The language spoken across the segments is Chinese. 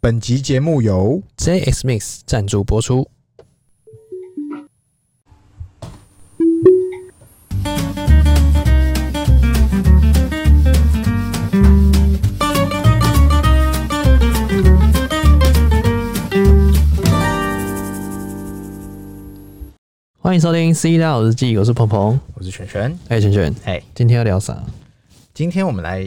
本集节目由 JX Mix 赞助播出。欢迎收听《C 大日记》，我是鹏鹏。我是璇璇。哎，璇璇，哎，今天要聊啥？今天我们来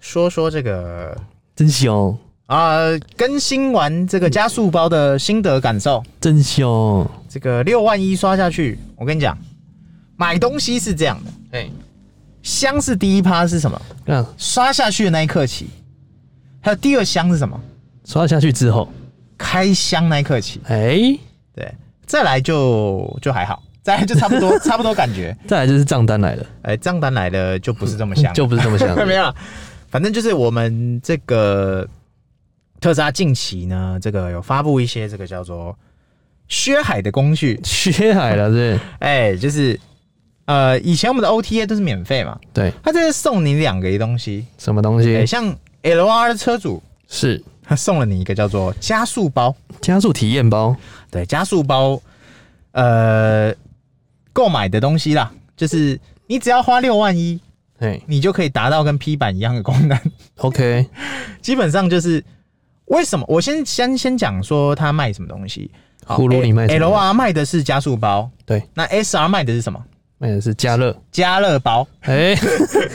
说说这个真凶，啊、更新完这个加速包的心得感受。真凶。这个六万一刷下去，我跟你讲，买东西是这样的，哎，箱是第一趴是什么？那刷下去的那一刻起，还有第二箱是什么？刷下去之后，开箱那一刻起，哎，对，再来就就还好，再来就差不 多差不多感觉。再来就是账单来了，哎、账单来了 就不是这么香，就不是这么想的。没有啦，反正就是我们这个特斯拉近期呢，这个有发布一些这个叫做薛海的工具，缺海了，是哎、就是呃，以前我们的 OTA 都是免费嘛，不是？对，他这次送你两个东西，什么东西哎、？像 LR 的车主是他送了你一个叫做加速包，加速体验包，对，加速包，呃，购买的东西啦，就是你只要花六万一，哎你就可以达到跟 P 版一样的功能。 ，OK，基本上就是为什么我先先先讲说它卖什么东西。好葫芦里卖什么 L R 卖的是加速包，对，那 S R 卖的是什么？卖的是加 热，加热包，哎，一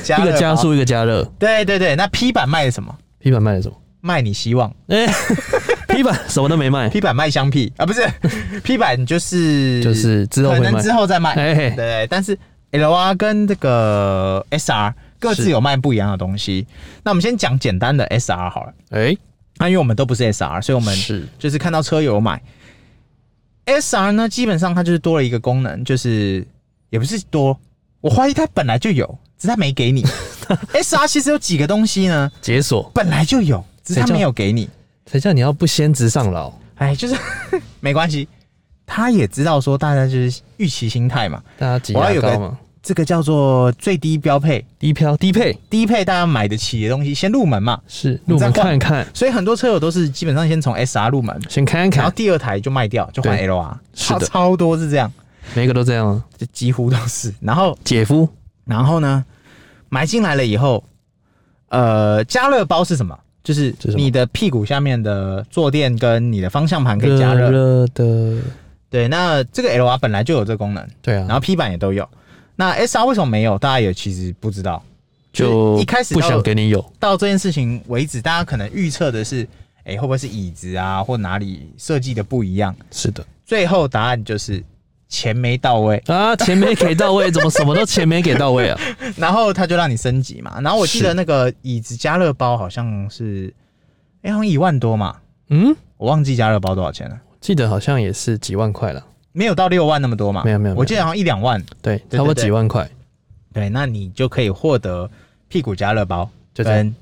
加热个包加，速，一个加热。对对对。那 P 版卖的什么？ P 版卖的什么？卖你希望哎 ，P 版什么都没 卖， ，P 版卖香屁啊，不是 P 版就是就是之后可会能卖之。后再卖，哎对但是 L R 跟这个 S R 各自是有卖不一样的东西。那我们先讲简单的 S R 好了，哎，那、因为我们都不是 S R，所以我我们是就是看到车友买。S R 呢，基本上它就是多了一个功能，就是也不是多，我怀疑它本来就有，只是它没 给你。S R 其实有几个东西呢，解锁，本来就有，只是它谁叫没有给你。谁叫你要不先直上老？哎，就是 没关系，他也知道说大家就是预期心态嘛，大家挤我要牙有个膏嘛，这个叫做最低标配，低漂低配低配大家买得起的东西先入门嘛。是你入再门换看看，所以很多车友都是基本上先从 S R 入门，先看然后看，第二台就卖掉，就换对 L R，是超的超多是这样。每个都这样啊。就几乎都是。然后，姐夫然后呢，买进来了以后，呃，加热包是什么？就是是什么你的屁股下面的坐垫跟你的方向盘可以加热。热热的，对，那这个 L R 本来就有这个功能，对然后啊， P 版也都有。那 S R 为什么没有？大家也其实不知道。就一开始不到想给你有，到这件事情为止，大家可能预测的是，哎、会不会是椅子啊，或哪里设计的不一样？是的最后答案就是钱没到位，啊，钱没给到位，怎么什么都钱没给到 位啊？然后他就让你升级嘛。然后我记得是那个椅子加热包好像是，哎、好像一万多嘛，嗯，我忘记加热包多少钱了，记得好像也是几万块了，没有到六万那么多嘛。没有没有没有我记得好像一两万。对，对差不多对几万块，对，那你就可以获得屁股加热包，就这样，跟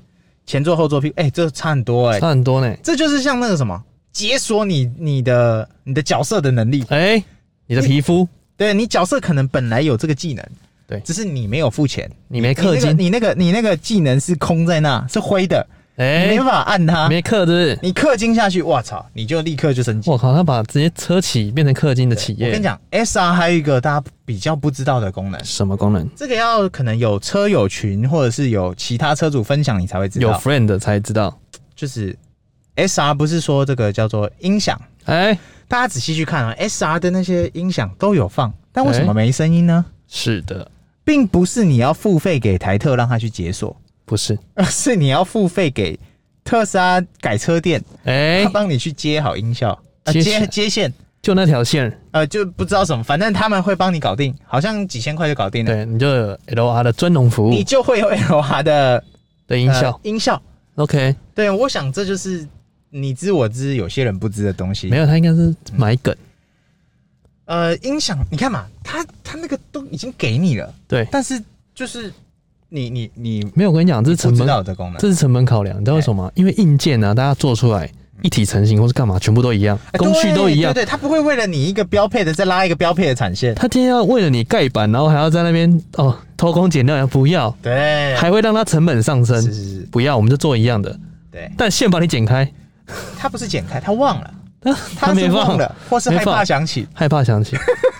前座后座屁股，哎、这差很多哎、差很多呢。这就是像那个什么。解锁你你的你的角色的能力，哎，你的皮肤对你角色可能本来有这个技能，对只是你没有付钱，你没氪金，你那个你那个你那个技能是空在那，是灰的，你哎没，办法按它，没氪是不 是？你氪金下去，我操，你就立刻就升级。我靠，他把直接车企变成氪金的企我业，跟你讲，S R 还有一个大家比较不知道的功能，什么功能？这个要可能有车友群或者是有其他车主分享你才会知有道。 friend 的才知道。就是 S R 不是说这个叫做音响，哎，大家仔细去看啊，S R 的那些音响都有放，但为什么哎没声音呢？是的，并不是你要付费给台特让他去解锁， 不是。而是你要付费给特斯拉改车店，哎他，帮你去接好音效，呃、接起接来接线。就那条线，呃，就不知道什么，反正他们会帮你搞定，好像几千块就搞定了，对，你就有 L R 的专农服务你就会有 L R 的的音呃效。音效， OK，对，我想这就是你知我知，有些人不知的东西。没有，他应该是买梗。呃，音响，你看嘛，他他那个都已经给你了，对，但是就是你你你没有，我跟你讲，这是不成知本，道的功能，这是成本考量。你知道为什哎么吗？因为硬件啊，大家做出来一体成型或是干嘛，全部都一样，哎工序都一样。对对对，他不会为了你一个标配的再拉一个标配的产线，他今天要为了你盖板，然后还要在那边哦偷工减料，不要，对，还会让它成本上升哎是。是是，不要，我们就做一样的，对但线把你剪开，他不是剪开，他忘了， 他 他没是放忘了，或是害没怕放想起害怕想起，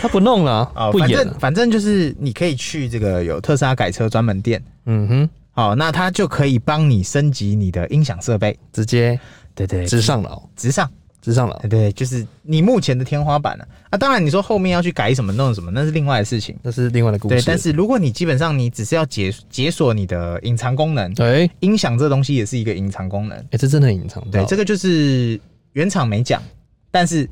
他不弄了啊、啊、不反演正了。反正就是你可以去这个有特斯拉改车专门店，嗯哼，好，那他就可以帮你升级你的音响设备，直接对对直直上牢，直上，直上牢对，对，就是你目前的天花板了啊。当然，你说后面要去改什么弄什么，那是另外的事情。那是另外的故事。对，但是如果你基本上你只是要解解锁你的隐藏功能，哎哎、哎音响这东西也是一个隐藏功能。这真的很隐藏到。对，这个就是原厂没讲，但是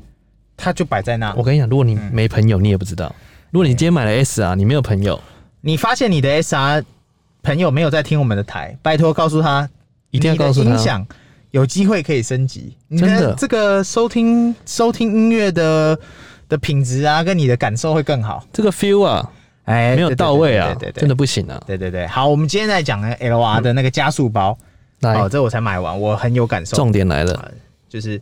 它就摆在那。我跟你讲，如果你嗯没朋友，你也不知道。哎如果你今天买了 S 啊，你没有朋友，你发现你的 SR 朋友没有在听我们的台，拜托告诉他，一定要告诉你他的音响有机会可以升级。你真的这个收听收听音乐的的品质啊，跟你的感受会更好。这个 feel 啊哎，没有对对到位啊对对对，对嗯真的。不行啊。对对对，好，我们今天在讲呢 L R 的那个加速包，来哦，，这我才买完，我很有感受。重点来了，就是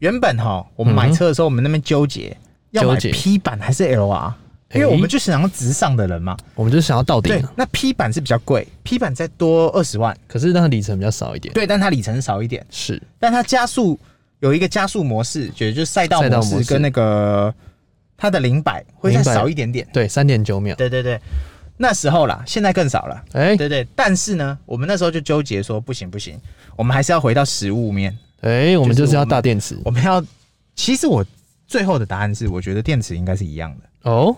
原本哈，我们买嗯哼车的时候，我们那边纠结要买纠结 P 版还是 L R，因为哎我们就想要直上的人嘛。我们就是想要到顶对啊，，那 P 版是比较贵，P 版再多二十万，可是那个里程比较少一点。对，但它里程少一点，是，但它加速有一个加速模式，也就是赛道赛道模模式式跟那个它的零百会再零百少一点点。对，三点九秒。对对对，那时候啦，现在更少了。哎对对，但是呢，我们那时候就纠结说，不行不行，我们还是要回到实物面，哎，我们就是就是要我们大电池我们要。其实我最后的答案是，我觉得电池应该是一样的，哦。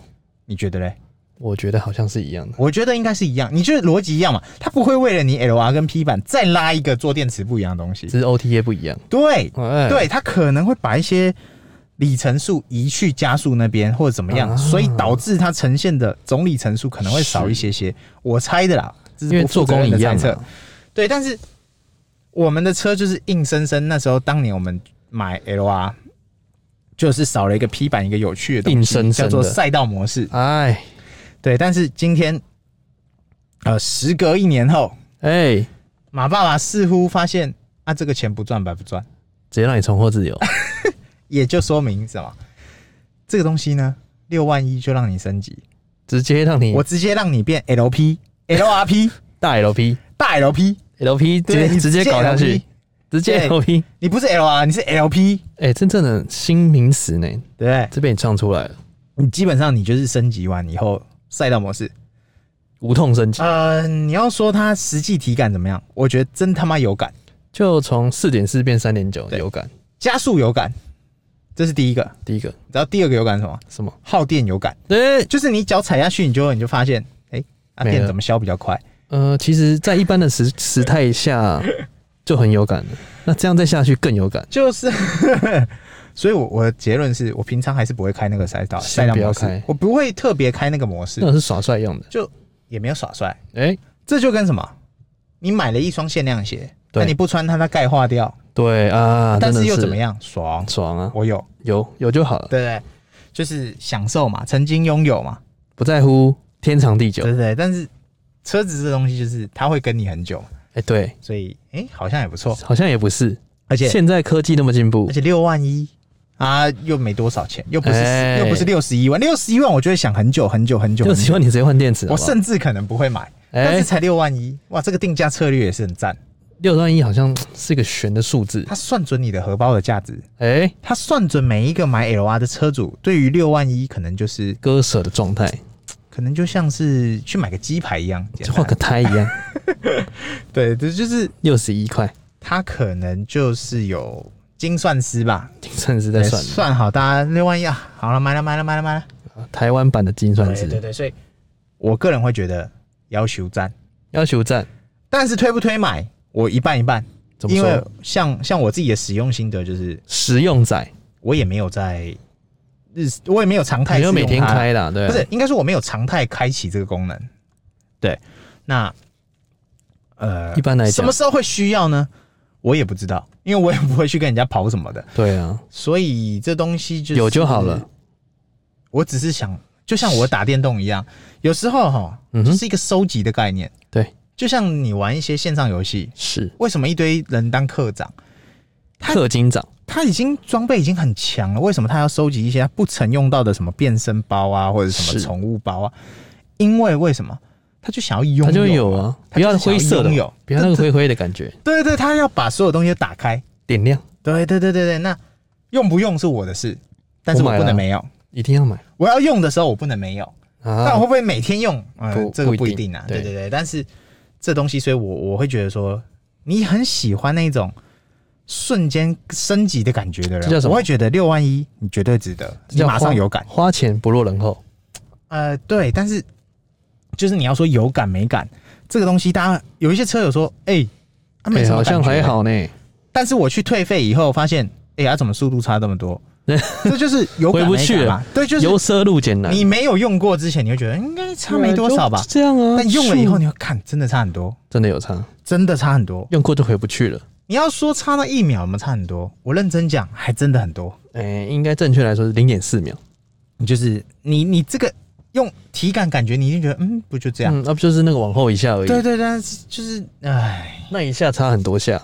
你觉得嘞？我觉得好像是一样的。我觉得应该是一样，你就是逻辑一样嘛，它不会为了你 L R 跟 P 版再拉一个做电池不一样的东西。只是 OTA 不一样，对，哎，对，它可能会把一些里程数移去加速那边或者怎么样，啊所以导致它呈现的总里程数可能会少一些些。我猜的啦，这是因为不负做工责任的一样猜测啊，对，但是我们的车就是硬生生那时候当年我们买 L R，就是少了一个 P 版一个有趣的东西，硬生生叫的做赛道模式。哎对，但是今天呃，时隔一年后，哎，马爸爸似乎发现啊，这个钱不赚白不赚，直接让你重获自 由。也就说明什么？这个东西呢，六万一就让你升级，直接让你我直接让你变 LP、LRP、大 LP 大 LP， LP 直对，接你直接搞下去 LP，，直接对 LP。你不是 LR，你是 LP，哎，真正的新名词呢，对不对？这被你唱出来了，你基本上你就是升级完以后赛道模式，无痛升级，呃，你要说它实际体感怎么样？我觉得真他妈有感，就从四点四变三点九，对有感。加速有感，这是第一个。第一个你知道第二个有感是什么？什么？耗电有感，哎，就是你脚踩下去，你就你就发现，哎、啊没了电怎么消比较快？呃，其实，在一般的时时态下就很有感了，那这样再下去更有感，就是， 所以我我的结论是我平常还是不会开那个赛道赛先道不要模式开，嗯我不会特别开那个模式那，种是耍帅用的。就也没有耍帅。哎，这就跟什么，你买了一双限量鞋，对那你不穿它，它钙化掉，对啊，但真是的又怎么？样？爽，爽啊，我有，有有就好了，对不对？就是享受嘛，曾经拥有嘛，不在乎天长地久。对不对？但是车子这东西就是它会跟你很久，哎，对，所以哎、好像也不错，好像也不是。而且现在科技那么进步而，且六万一啊，又没多少钱，又不是、哎又不是六十一万，六十一万我就会想很久很久很久就很希久，望你直接换电池好我不好。甚至可能不会买，但哎是，才六万一，哇，这个定价策略也是很赞，六段一好像是个悬的数字。它算准你的荷包的价值，哎，它算准每一个买 L R 的车主对于六万一可能就是割舍的状态，可能就像是去买个鸡排一样，简 就换单个胎一 样，对，这就是六十一块，它可能就是有精算师吧，精算师在哎算的算好大家六万一啊，好了，买了买了买了买了，台湾版的精算对对师，对，所以我个人会觉得要求赞。要求赞，但是推不推买，我一半一半，怎么因为说？像像我自己的使用心得就是，实用仔，我也没有在日，我也没有常态你又使用每天它，开啦，对啊不是，应该说我没有常态开启这个功能。对，那呃，一般来讲什么时候会需要呢？我也不知道，因为我也不会去跟人家跑什么的，对啊，所以这东西就是有就好了。。我只是想，就像我打电动一样，有时候哈，嗯就哼是一个收集的概念。对，就像你玩一些线上游戏，是为什么一堆人当课长？他氪金长，他已经装备已经很强了，为什么他要收集一些他不曾用到的什么变身包啊，或者什么是宠物包啊？因为为什么他就想要拥有，他就有啊，他不要就是想灰色的拥有，不要那个灰灰的感觉，对对，他要把所有东西都打开，点亮，对对对对对，那用不用是我的事，但是我我买啊不了能没有。一定要买我要用的时候我不能没有，但我啊会！不会每天用？不嗯，这个不不一一定定啊。对对对对，但是这东西，所以我我会觉得说，你很喜欢那种瞬间升级的感觉的这叫什人，么我会觉得六万一你绝对值得，这你叫马上花有感。花钱不落人后，呃，对，但是就是你要说有感没感，这个东西，大家有一些车友说，哎、啊没哎什么好感觉像还好呢，但是我去退费以后发现，哎、呀、怎么速度差这么多？这就是有感回不没去感了嘛。对，就是由奢入俭难。你没有用过之前，你会觉得应该差没多少吧就？这样啊，但用了以后，是你会看，真的差很多，真的有差，真的差很多。用过就回不去了。你要说差那一秒，我们差很多。我认真讲，还真的很多。哎、应该正确来说是零点四秒，你就是你，你这个用体感感觉，你一定觉得，嗯，不就这样？嗯，那、不就是那个往后一下而已，对对对，但是就是，唉。那一下差很多下，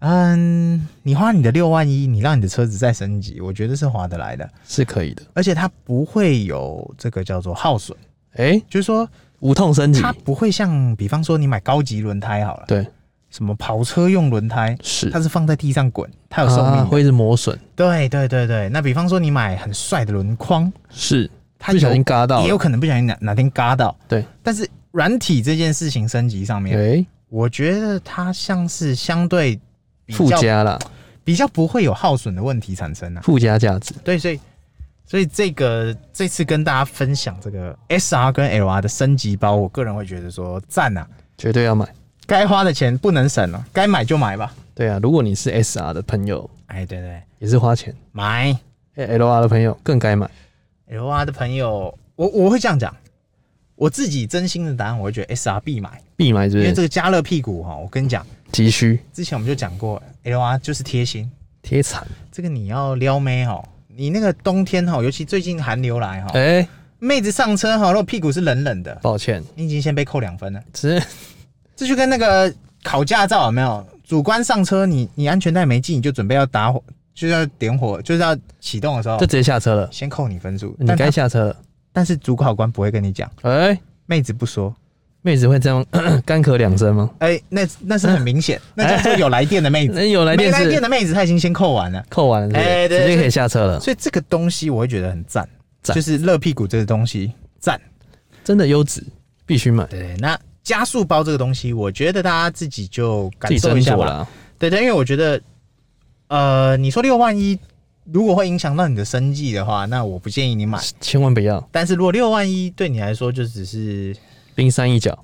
嗯，你花你的六万一，你让你的车子再升级，我觉得是划得来的，是可以的。而且它不会有这个叫做耗损，哎、就是说无痛升级，它不会像，比方说你买高级轮胎好了，对，什么跑车用轮胎，是它是放在地上滚，它有寿命的、嗯啊会一直磨损，对对对对，那比方说你买很帅的轮框，是它不有小心嘎到也有了，可能不小心哪哪天嘎到，对，但是软体这件事情升级上哎、面，我觉得它像是相对比附较加啦，比较不会有耗损的问题产生啊。附加价值，对，所以所以这个这次跟大家分享这个 SR 跟 LR 的升级包，我个人会觉得说赞啊，绝对要买。该花的钱不能省了、该买就买吧。对啊，如果你是 SR 的朋友，哎，对对，也是花钱、买哎 LR 的朋友更该买。 LR 的朋友，我我会这样讲。我自己真心的答案，我会觉得 S R 必买，必买是因不为这是？个加热屁股哈，我跟你讲，急需之前我们就讲过，L R 就是贴心，贴惨，这个你要撩妹哈，你那个冬天哈，尤其最近寒流来哈，哎、妹子上车哈，如果屁股是冷冷的，抱歉，你已经先被扣两分了。只是这就跟那个考驾照有没有？主观上车你，你安全带没系，你就准备要打火，就是要点火，就是要启动的时候就，直接下车了，先扣你分数。你但该他下车了。但是主考官不会跟你讲，哎、妹子不说，妹子会这样 干咳两声吗？哎、那那是很明 显，那叫做有来电的妹子，哎那有来嗯没电来电是的妹子她已经先扣完了，扣完了是不是，哎对直接对可以下车了，所以这个东西我会觉得很赞，赞就是热屁股这个东西赞。真的优质，必须买，对，那加速包这个东西，我觉得大家自己就自感己受斟一下酌吧。啦。对对，因为我觉得，呃，你说六万一如果会影响到你的生计的话，那我不建议你买。千万不要但是如果六万一对你来说就只是冰山一角。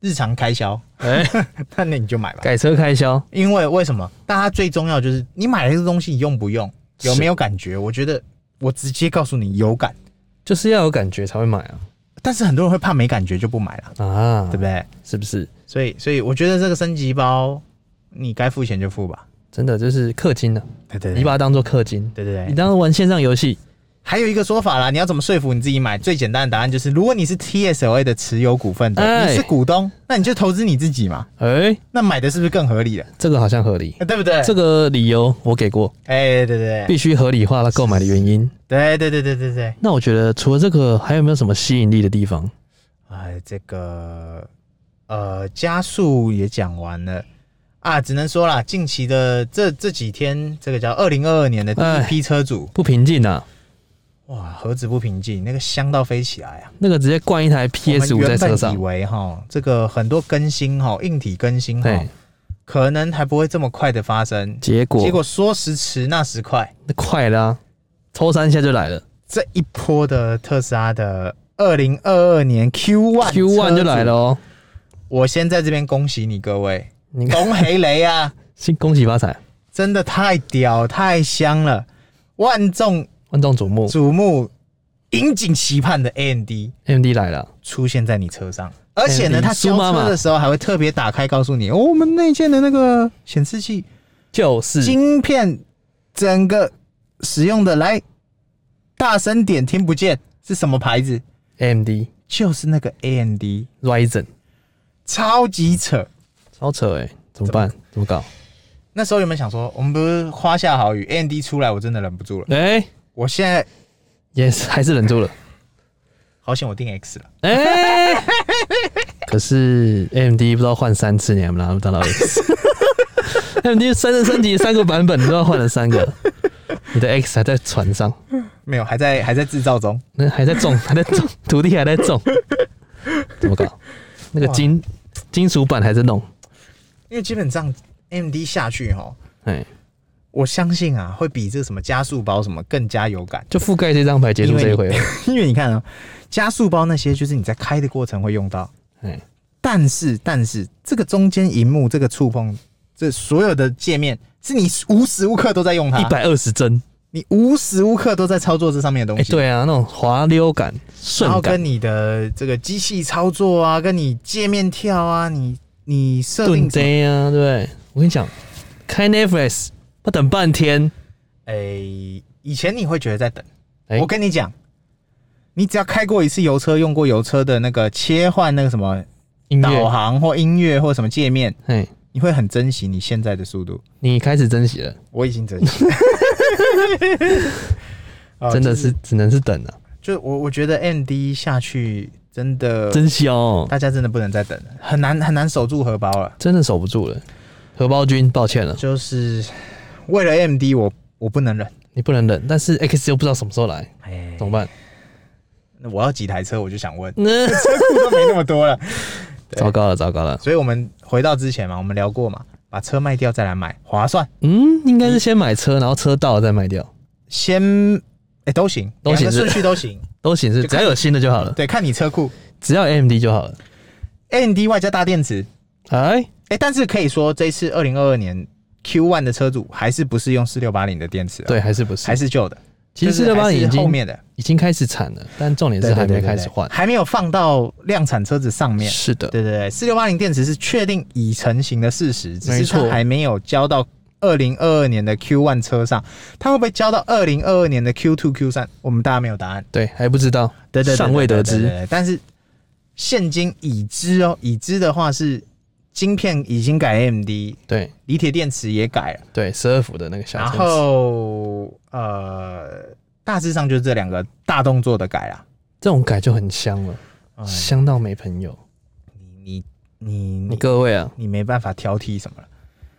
日常开销，哎、 那那你就买吧。改车开销，因为为什么？大家最重要就是你买了这个东西你用不用，有是没有感觉？我觉得我直接告诉你有感，就是要有感觉才会买啊但是很多人会怕没感觉就不买了，啊，对不？对？是不是？所以，所以我觉得这个升级包，你该付钱就付吧。真的就是氪金呢、对对你把它当做氪金，对对对你，当玩线上游戏，还有一个说法啦，你要怎么说服你自己买？最简单的答案就是，如果你是 TSLA 的持有股份的，哎你是股东，那你就投资你自己嘛。哎、那买的是不是更合理了？这个好像合理。对不对？这个理由我给过，哎，对对必须合理化了购买的原因。对，对对对对对对。那我觉得除了这个，还有没有什么吸引力的地方？哎，这个呃，加速也讲完了啊，只能说啦，近期的这这几天，这个叫二零二二年的第哎一批车主，不平静啊，哇，何止不平静，那个香到飞起来啊！那个直接灌一台我 PS 们五在原车本以上，为哈，这个很多更新哈，硬体更新哈对。可能还不会这么快的发生。结果结果说时迟，那时快，那快啦、抽三下就来了这一波的特斯拉的二零二二年 Q one ，Q one 就来了。哦。我先在这边恭喜你各 位，你看，恭喜雷啊，先恭喜发财，真的太屌太香了，万众万众瞩目瞩目、引颈期盼的 AMD ，AMD 来了，出现在你车上。而且呢， AMD 它苏交妈妈车的时候还会特别打开告诉你，哦，我们内建的那个显示器就是晶片整个使用的来大声点听不见是什么牌子？ AMD 就是那个 AMD， Ryzen，超级扯。超扯哎、怎么办？怎么搞？那时候有没有想说，我们不是花下好雨，AMD 出来，我真的忍不住了。哎、我现在也是还是 忍住了，好险，我定 X 了。哎、 可是 AMD 不知道换三次，你还没拿不拿到 X？ MD 三十三级三个版本，你都要换了三个。你的 X 还在船上，没有，还在还在制造中。那还 在种，还在种，土地还在种，怎么搞？那个金金属板还在弄，因为基本上 M D 下去哈，哎，我相信啊，会比这什么加速包什么更加有感。就覆盖这张牌结束这一回了。因为你 看啊，加速包那些就是你在开的过程会用到，哎，但是但是这个中间荧幕这个触碰，这所有的界面是你无时无刻都在用它，一百二十帧，你无时无刻都在操作这上面的哎、东西。对啊，那种滑溜感、然后顺感跟、你的这个机器操作啊，跟你界面跳啊，你你设定顿 J 啊，对不对？我跟你讲，开 Netflix 要等半天，哎、以前你会觉得在等，哎我跟你讲，你只要开过一次油车，用过油车的那个切换那个什么音导乐，航或音乐或什么界面，哎，你会很珍惜你现在的速度。你开始珍惜了，我已经珍惜了，哦真的就是只能是等了、啊就我我觉得 M D 下去真的，珍惜哦，大家真的不能再等了，很难很难守住荷包了。真的守不住了。荷包君，抱歉了，就是为了 M D，我我不能忍。你不能忍，但是 X 又不知道什么时候来，哎怎，么办？那我要几台车，我就想问，那、车库都没那么多了。对 糟糕了，糟糕了。所以我们回到之前嘛，我们聊过嘛，把车卖掉再来买，划算。嗯，应该是先买车，然后车到了再卖掉，先哎、都行，都行两个是顺序都行。都行是，就只看要有新的就好了，对，看你车库只要 AMD 就好了。 ，AMD 外加大电池。哎，哎、但是可以说这一次二零二二年 Q One 的车主还是不是用四六八零的电池、啊，，对，还是不是？还是旧的。其实四就六是八还是零已经后面的，已经开始产了，但重点是还没开始对对对换对。还没有放到量产车子上面。是的，对对对，四六八零电池是确定已成型的事实，只没是它错还没有交到二零二二年的 Q One 车上，它会不会交到二零二二年的 Q Two、Q 三？我们大家没有答案，对，还不知道，对对对对尚未对得对知。对对但是现今已知哦，已知的话是晶片已经改 AMD，对锂铁电池也改了，对，十二伏的那个小然电池，后呃，大致上就是这两个大动作的改啦。这种改就很香了，哎香到没朋友。你你你你你各位啊，你没办法挑剔什么了。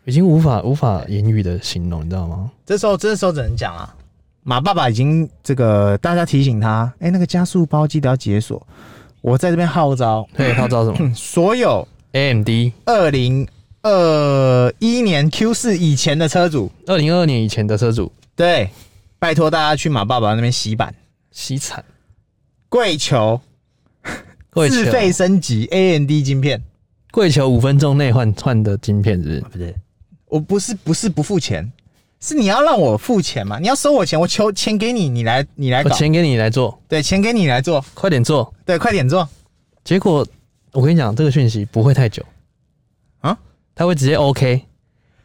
已经无法无法言语的形容，你知道吗？这时候这时候只能讲啊，马爸爸已经这个大家提醒他，哎、那个加速包记得要解锁。我在这边号召对，号召什 么所有？AMD 二零二一年 Q 四以前的车主，二零二二年以前的车主对，拜托大家去马爸爸那边洗版，洗惨，跪求跪自求费升级 AMD 晶片。跪求五分钟内换换的晶片，是不是？啊不是，我不是不是不付钱，是你要让我付钱嘛？你要收我钱，我求钱给你，你来你来我搞，钱给你来做，对，钱给你来做，快点做。对，快点做。结果我跟你讲，这个讯息不会太久啊，他会直接 OK，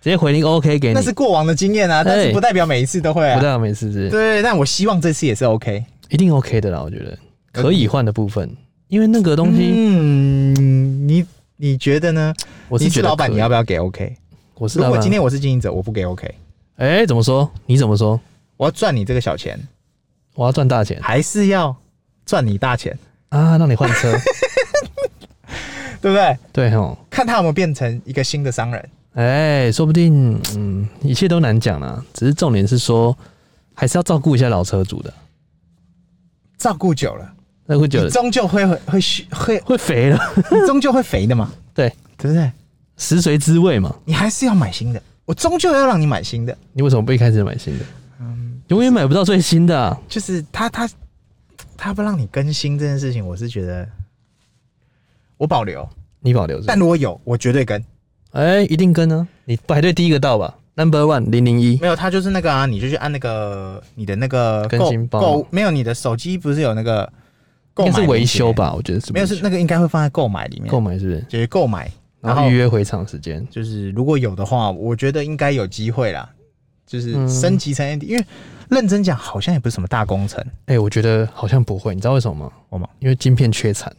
直接回应 OK 给你，那是过往的经验啊，但是哎不代表每一次都会啊。不代表没事，是不是对，但我希望这次也是 OK。一定 OK 的啦，我觉得呃可以换的部分，因为那个东西嗯，你你觉得呢？我是你觉是得老板，可以你要不要给 OK？我是如老果板，啊今天我是经营者，我不给 OK，哎、怎么说？你怎么说？我要赚你这个小钱，我要赚大钱还是要赚你大钱，啊，让你换 车，对不对？对哦，看他有没有变成一个新的商人。哎、说不定嗯，一切都难讲啦。只是重点是说，还是要照顾一下老车主的，照顾久了，那会觉你得终究会会会虚会会肥了， 你终究会肥的嘛，对，对不对？食髓知味嘛。你还是要买新的，我终究要让你买新的。你为什么不一开始买新的？嗯，永远买不到最新的、啊，就是他他他不让你更新这件事情，我是觉得我保留，你保留着但。如果有，我绝对跟。哎、一定跟啊，你排队第一个到吧，Number One 零零一，没有，他就是那个啊，你就去按那个你的那个更购新包购，没有你的手机不是有那个购应买该是维链接修？吧？我觉得是没有，是那个应该会放在购买里面，购买是不是？就是购买，然然后后预约回场时间。就是如果有的话，我觉得应该有机会啦。就是嗯升级成 AD，、因为认真讲，好像也不是什么大工程。哎、我觉得好像不会，你知道为什么吗？我吗？因为晶片缺产，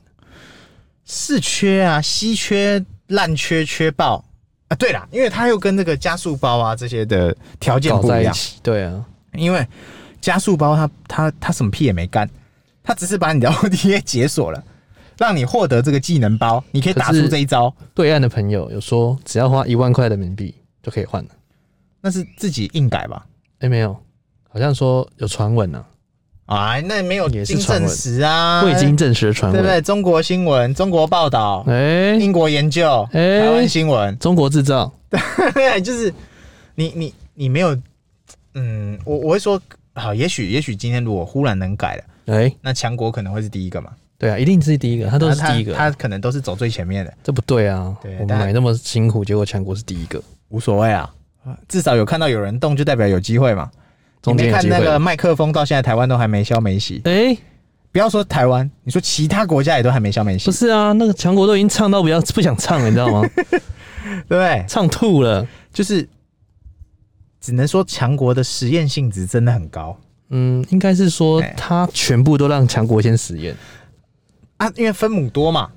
是缺啊，稀缺、烂缺、缺爆啊。对啦，因为它又跟那个加速包啊这些的条件搞不在一一样，起。对啊，因为加速包它它它什么屁也没干，它只是把你的 OTA 解锁了，让你获得这个技能包，你可以打可出是这一招。对岸的朋友有说，只要花一万块人民币就可以换了。那是自己硬改吧？哎、没有，好像说有传闻呢，哎，那没有也是经传证闻实啊，未经证实的传对不闻。对？中国新闻、中国报道、哎、英国研究、哎台湾新闻，中国制造， 对，啊就是你你你没有，嗯，我我会说，好，也许也许今天如果忽然能改了，哎、那强国可能会是第一个嘛，对啊，一定是第一个，他都是那他第一个，他可能都是走最前面的，这不对啊！对我们但买那么辛苦，结果强国是第一个，无所谓啊，至少有看到有人动，就代表有机会嘛。中间你有没看机那会个。麦克风到现在台湾都还没消没息，哎、不要说台湾，你说其他国家也都还没消没息不，是啊，那个强国都已经唱到不要不想唱了，你知道 吗？对不对？唱吐了。就是只能说强国的实验性质真的很高嗯，应该是说哎他全部都让强国先实验。啊，因为分母多嘛，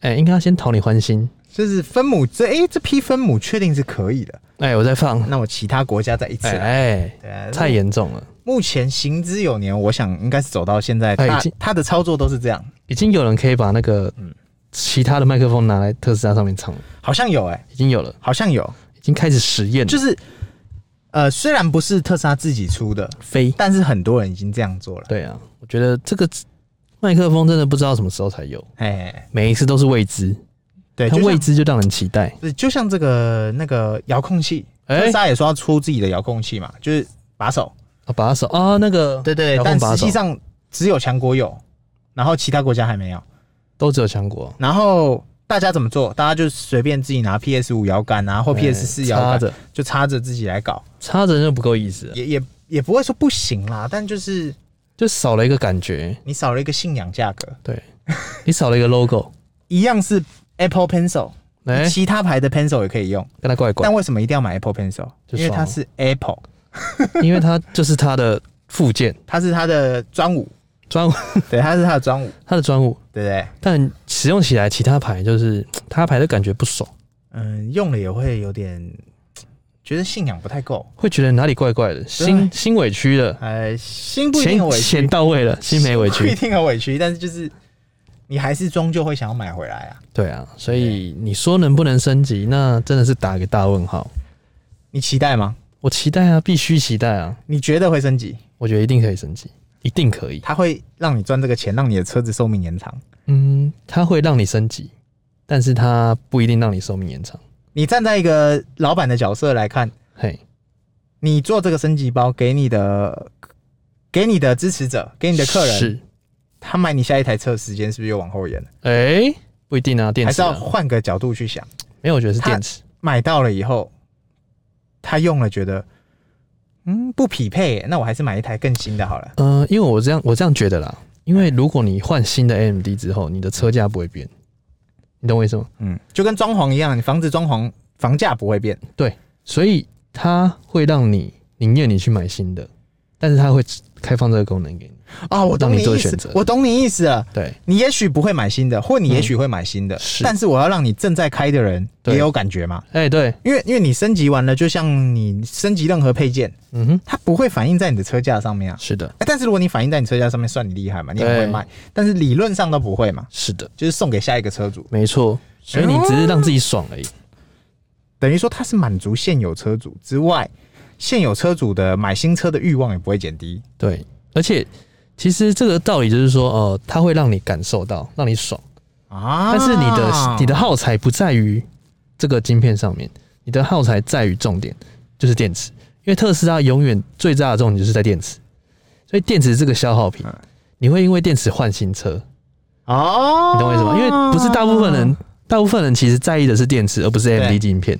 哎、应该要先讨你欢心。就是分母这诶，这批分母确定是可以的，哎、我再放。那我其他国家再一次哎来。哎、对啊太严重了，目前行之有年，我想应该是走到现在，哎他已经他的操作都是这样，已经有人可以把那个嗯其他的麦克风拿来特斯拉上面唱了，好像有哎、已经有了，好像有，已经开始实验了，就是呃，虽然不是特斯拉自己出的，飞。但是很多人已经这样做了。对啊，我觉得这个麦克风真的不知道什么时候才有，哎，每一次都是未知，对，它就未像知就让人期待。不是就像这个那个遥控器，哎特斯拉也说要出自己的遥控器嘛，就是把手。啊，把手啊，那个对对遥对，控但把实手际上只有强国有，然后其他国家还没有。都只有强国然后大家怎么做？大家就随便自己拿 PS 五摇杆啊，或 PS 四哎摇插杆，着就插着自己来搞，插着就不够意思了，也也也不会说不行啦，但就是就少了一个感觉，你少了一个信仰价格，你少了一个 logo，一样是 Apple Pencil，、哎、其他牌的 Pencil 也可以用，跟它怪怪但，为什么一定要买 Apple Pencil？就爽因为它是 Apple，因为它就是它的附件它是它的专武，专 武，对，它是它的专武，它的专武，对不对？但使用起来其他牌就是他牌的感觉不爽，嗯，用了也会有点觉得信仰不太够，会觉得哪里怪怪的，心心委屈了，呃，心不一定很钱委屈钱，到位了，心没委不一屈，定很委屈，但是就是你还是终究会想要买回来啊。对啊，所以你说能不能升级，那真的是打个大问号。你期待吗？我期待啊，必须期待啊，你觉得会升级？我觉得一定可以升级，一定可以。它会让你赚这个钱，让你的车子寿命延长。嗯，它会让你升级，但是它不一定让你寿命延长。你站在一个老板的角色来看，嘿，你做这个升级包给你的给你的支持者，给你的客人，是，他买你下一台车的时间是不是又往后延了？哎、不一定啊，电还池、是要啊、换个角度去想，没有，我觉得是它电池。啊买到了以后，他用了觉得嗯不匹配耶，那我还是买一台更新的好了。呃，因为我这样我这样觉得啦，因为如果你换新的 AMD 之后，你的车价不会变，你懂我意思吗？嗯，就跟装潢一样，你房子装潢房价不会变。所以它会让你宁愿你去买新的，但是它会开放这个功能给你。啊、我懂让你你做意选思择，我懂你意思了。对，你也许不会买新的，或你也许会买新的，嗯是但是我要让你正在开的人对也有感觉嘛，哎、对，因为因为你升级完了，就像你升级任何配件，嗯哼，它不会反映在你的车架上面啊。是的，哎但是如果你反映在你车架上面，算你厉害嘛，你也对会卖。但是理论上都不会嘛，是的，就是送给下一个车主，没错。所以你只是让自己爽而已。等于说它是满足现有车主之外，现有车主的买新车的欲望也不会减低。对，而且其实这个道理就是说，呃，它会让你感受到，让你爽。啊！但是你的、你的耗材不在于这个晶片上面，你的耗材在于重点就是电池，因为特斯拉永远最大的重点就是在电池，所以电池这个消耗品嗯，你会因为电池换新车，你哦，懂我意思吗？因为不是大部分人，大部分人其实在意的是电池，而不是 AMD 对晶片，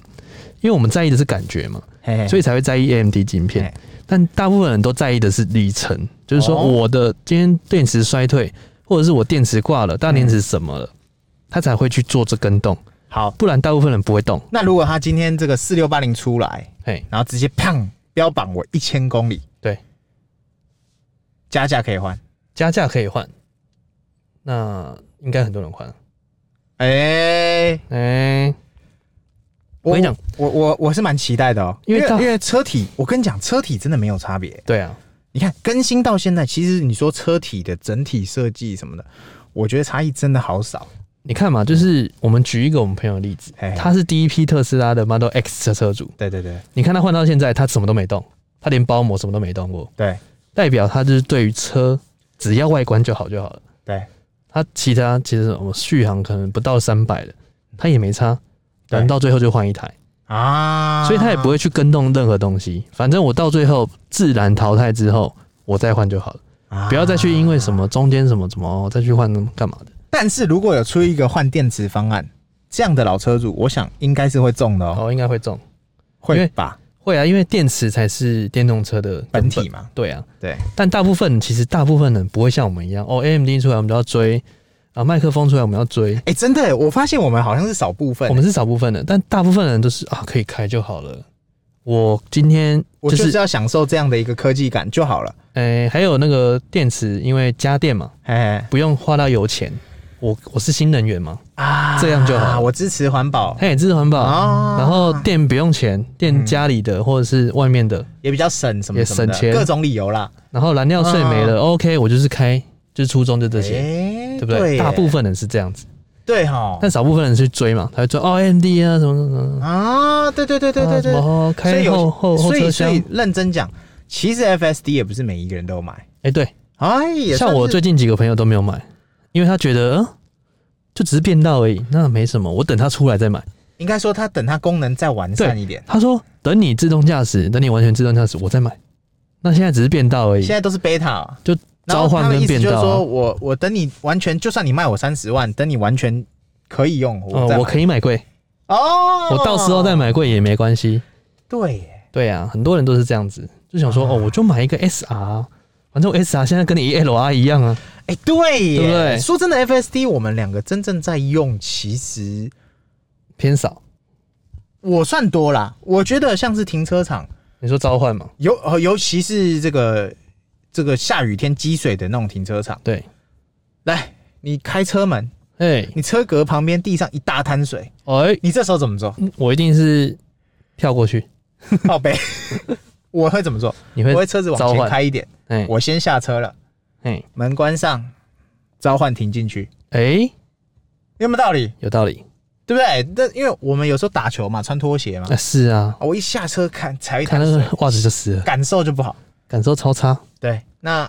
因为我们在意的是感觉嘛，嘿，嘿所以才会在意 AMD 晶片嘿。但大部分人都在意的是里程，就是说哎哦我的今天电池衰退，或者是我电池挂了，大电池什么了，嗯他才会去做这跟动。好。不然大部分人不会动。那如果他今天这个四六八零出来，哎，然后直接砰标榜我一千公里，对，加价可以换，加价可以换，那应该很多人换。哎、哎、我我跟你讲，我我我是蛮期待的哦，因为因到为因为车体，我跟你讲，车体真的没有差别。对啊，你看更新到现在，其实你说车体的整体设计什么的，我觉得差异真的好少。你看嘛，就是我们举一个我们朋友的例子嗯嘿嘿，他是第一批特斯拉的 Model X 的车主，对对对你看他换到现在，他什么都没动，他连包膜什么都没动过，对代表他就是对于车只要外观就好就好了。对，他其他其实我们续航可能不到三百的，他也没差，对反正到最后就换一台，啊，所以他也不会去跟动任何东西。反正我到最后自然淘汰之后，我再换就好了，啊不要再去因为什么中间什么怎么哦再去换干嘛的。但是如果有出一个换电池方案，这样的老车主，我想应该是会中的哦，哦，应该会中，因会为吧？会啊，因为电池才是电动车的根本体。嘛，对啊，对但大部分其实大部分人不会像我们一样哦，AMD 出来我们都要追啊，麦克风出来我们要追，哎、真的耶，我发现我们好像是少部分耶，我们是少部分的，但大部分人都是啊，可以开就好了。我今天我就就是是要享受这样的一个科技感就好了。诶、还有那个电池，因为家电嘛，哎不用花到油钱。我我是新能源嘛，啊这样就好我支持环保它也支持环保，啊然后电不用钱，电家里的或者是外面的，也比较省什么也什么的省钱各种理由啦。然后燃料税没啊了、o k 我就是开，就是初衷就这些，哎对不对？耶大部分人是这样子，对哈但少部分人去追嘛，他会追哦 AMD 啊什么什么什么，啊，对对对对啊对对什么，哦所以开有后后后所车以所厢，以哎、认真讲，其实 FSD 也不是每一个人都有买，对，哎，也算像是我最近几个朋友都没有买，因为他觉得，嗯，就只是变道而已，那没什么，我等它出来再买。应该说它等它功能再完善一点，他说等你自动驾驶，等你完全自动驾驶，我再买。那现在只是变道而已现，在都是 beta，就然后他召唤的跟意思变就是道说啊、我我等你完全，就算你卖我三十万，等你完全可以用，我再哦，买我可以买贵，哦，我到时候再买贵也没关系。对耶，对啊，很多人都是这样子，就想说，哦，我就买一个 SR，反正我 SR 现在跟你 LR 一样啊。哎对耶，对不对说真的，FSD 我们两个真正在用，其实偏少，我算多啦，我觉得像是停车场。你说召唤嘛？尤呃尤其是这个这个下雨天积水的那种停车场，对，来，你开车门，哎、你车格旁边地上一大滩水，哎、你这时候怎么 做？我一定是跳过去，靠背， 我会怎么做？你我会会车子往召前唤开一点，哎我先下车了，哎门关上，召唤停进去，哎，有没有道理？有道理。对不对？但因为我们有时候打球嘛，穿拖鞋嘛啊，，是啊，我一下车看踩一看滩那水，个袜子就湿了，感受就不好。感受超差。对，那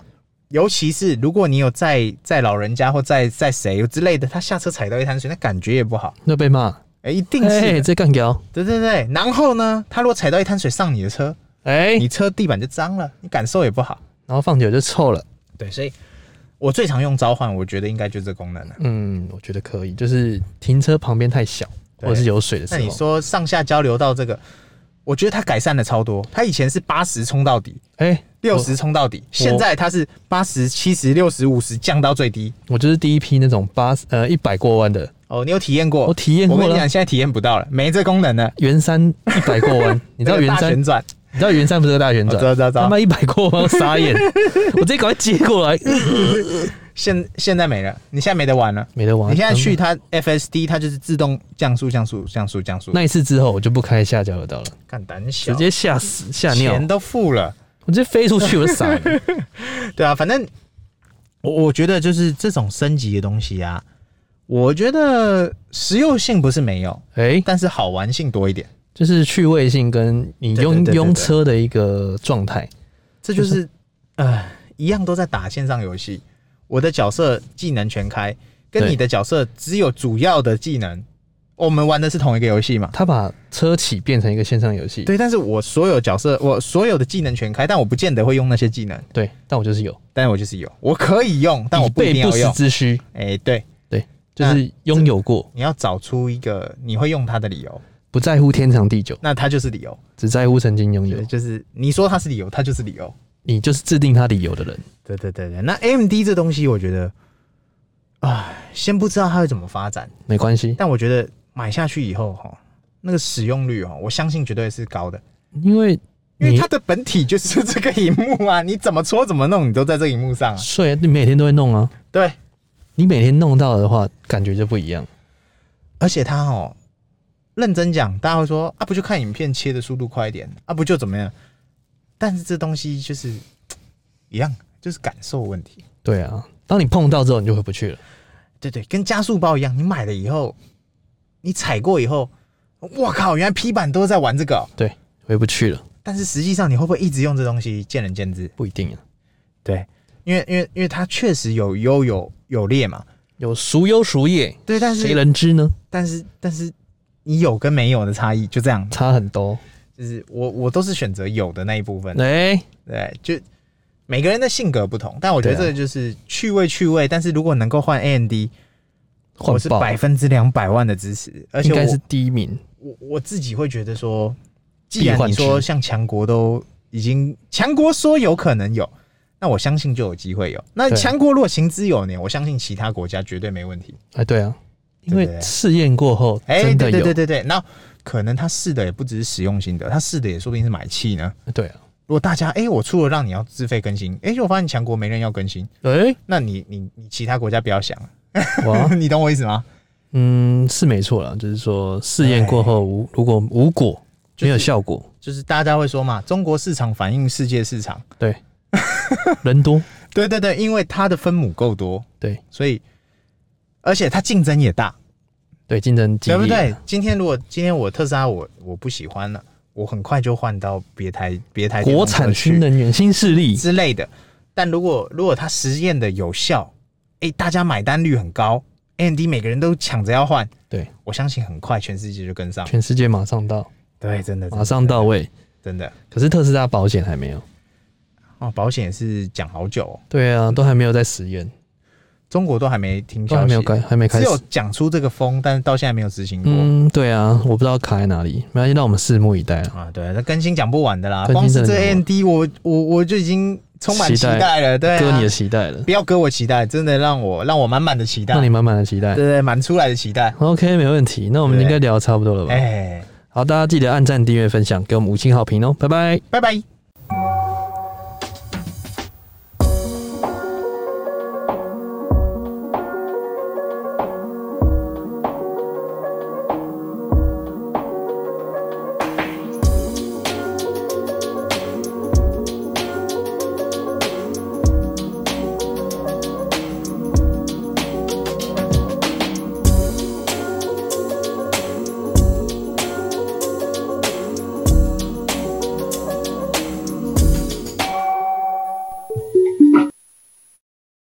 尤其是如果你有在在老人家或在在谁之类的，他下车踩到一滩水，那感觉也不好。那被骂，哎、一定是的、哎，这干掉，对对对。然后呢，他如果踩到一滩水上你的车，哎，你车地板就脏了，你感受也不好。然后放久就臭了。对，所以我最常用召唤，我觉得应该就这功能啊了。嗯，我觉得可以，就是停车旁边太小，对或者是有水的时那你候，说上下交流到这个，我觉得它改善了超多。它以前是八十冲到底，哎，六十冲到底，现在它是八十七十六十五十降到最低。我就是第一批那种八呃一百过弯的，哦，你有体验过？我体验我过跟你了讲，现在体验不到了，没这功能了。圆山一百 过弯，你知道那个圆大山旋，转？你知道圆山不是有大旋我转知？道知道知他道。妈一百过弯，我 傻眼，我直接赶快接过来，现现在没了，你现在没得玩了。没得玩。嗯你现在去它 FSD，它就是自动降速、降速、降速、降速。那一次之后，我就不开下交流道了，干胆小，直接吓死吓尿，钱都付了。我直接飞出去，我就傻了。 对啊，反正我我觉得就是这种升级的东西啊，我觉得实用性不是没有，哎，但是好玩性多一点。就是趣味性跟你对对用对对用对车的一个状态。这就是，呃，一样都在打线上游戏，我的角色技能全开，跟对你的角色只有主要的技能。我们玩的是同一个游戏嘛？他把车企变成一个线上游戏，对，但是我所有角色，我所有的技能全开，但我不见得会用那些技能，对，但我就是有，但我就是有，我可以用，但我以不一备定要不时用。之需，哎、对，就是拥有过，你要找出一个你会用它的理由，不在乎天长地久，那它就是理由。只在乎曾经拥有对，。就是你说它是理由，它就是理由。你就是制定他理由的人。对对对对，那 AMD 这东西，我觉得，啊，先不知道它会怎么发展，没关系，但我觉得买下去以后哈，那个使用率哦，我相信绝对是高的，因为因为你它的本体就是这个荧幕啊，你怎么搓怎么弄，你都在这个荧幕上啊。睡啊，你每天都会弄啊，对，你每天弄到的话，感觉就不一样。而且它哦，认真讲，大家会说啊，不就看影片切的速度快一点啊，不就怎么样？但是这东西就是嗯一样，就是感受问题。对啊，当你碰到之后，你就回不去了。对对，跟加速包一样，你买了以后，你踩过以后，我靠，原来 P 版都在玩这个哦、对，回不去了，但是实际上你会不会一直用这东西，见仁见智。不一定啊。对，因为因为因为它确实有优有有劣嘛。有孰优孰劣，对，但谁是人知呢？但是但是你有跟没有的差异就这样，差很多。就是我我都是选择有的那一部分。哎、对，就每个人的性格不同，但我觉得这对啊个就是趣味趣味。但是如果能够换 A N D，换我是爆百分之两百万的支持，而且应该我是第一名，我我自己会觉得说，既必然换你之说像强国都已经强国说有可能有，那我相信就有机会有。那对啊强国若行之有年，我相信其他国家绝对没问题。哎，对啊，因对为对试验过后哎、真的对有，对对对对，那可能他试的也不只是使用心得，他试的也说不定是买气呢。对啊，如果大家哎、我出了让你要自费更新，哎、我发现强国没人要更新，哎、那你你你其他国家不要想了，啊 哇，你懂我意思吗？嗯，是没错啦，就是说试验过后无如果无果就是没有效果，就是大家会说嘛，中国市场反映世界市场，对，人多，对对对，因为它的分母够多，对所以而且它竞争也大，对，竞争激对烈，不对？今天如果今天我特斯拉我我不喜欢了，我很快就换到别台别台电国动车产去新能源新势力，之类的。但如果如果它实验的有效，哎、大家买单率很高，AMD 每个人都抢着要换，对，我相信很快全世界就跟上。全世界马上到，对，真的，真的马上到位。真的可是特斯拉保险还没有，哦，保险也是讲好久、哦，对啊，都还没有在实验，中国都还没听都消还息，没有开，还没开只始有。讲出这个风，但是到现在没有执行过。嗯，对啊，我不知道卡在哪里，没关系，让我们拭目以待啊。啊，对，那更新讲不完的啦，更光新真是的这讲 AMD，我我我就已经充满期期待待了，对、啊，割你的脐带了，不要割我期待，真的让我让我满满的期待，让你满满的期对啊待。对对满出来的期待， OK，没问题。那我们对应该聊得差不多了吧？哎，好，大家记得按赞、订阅、分享，给我们五星好评哦，拜拜。拜拜。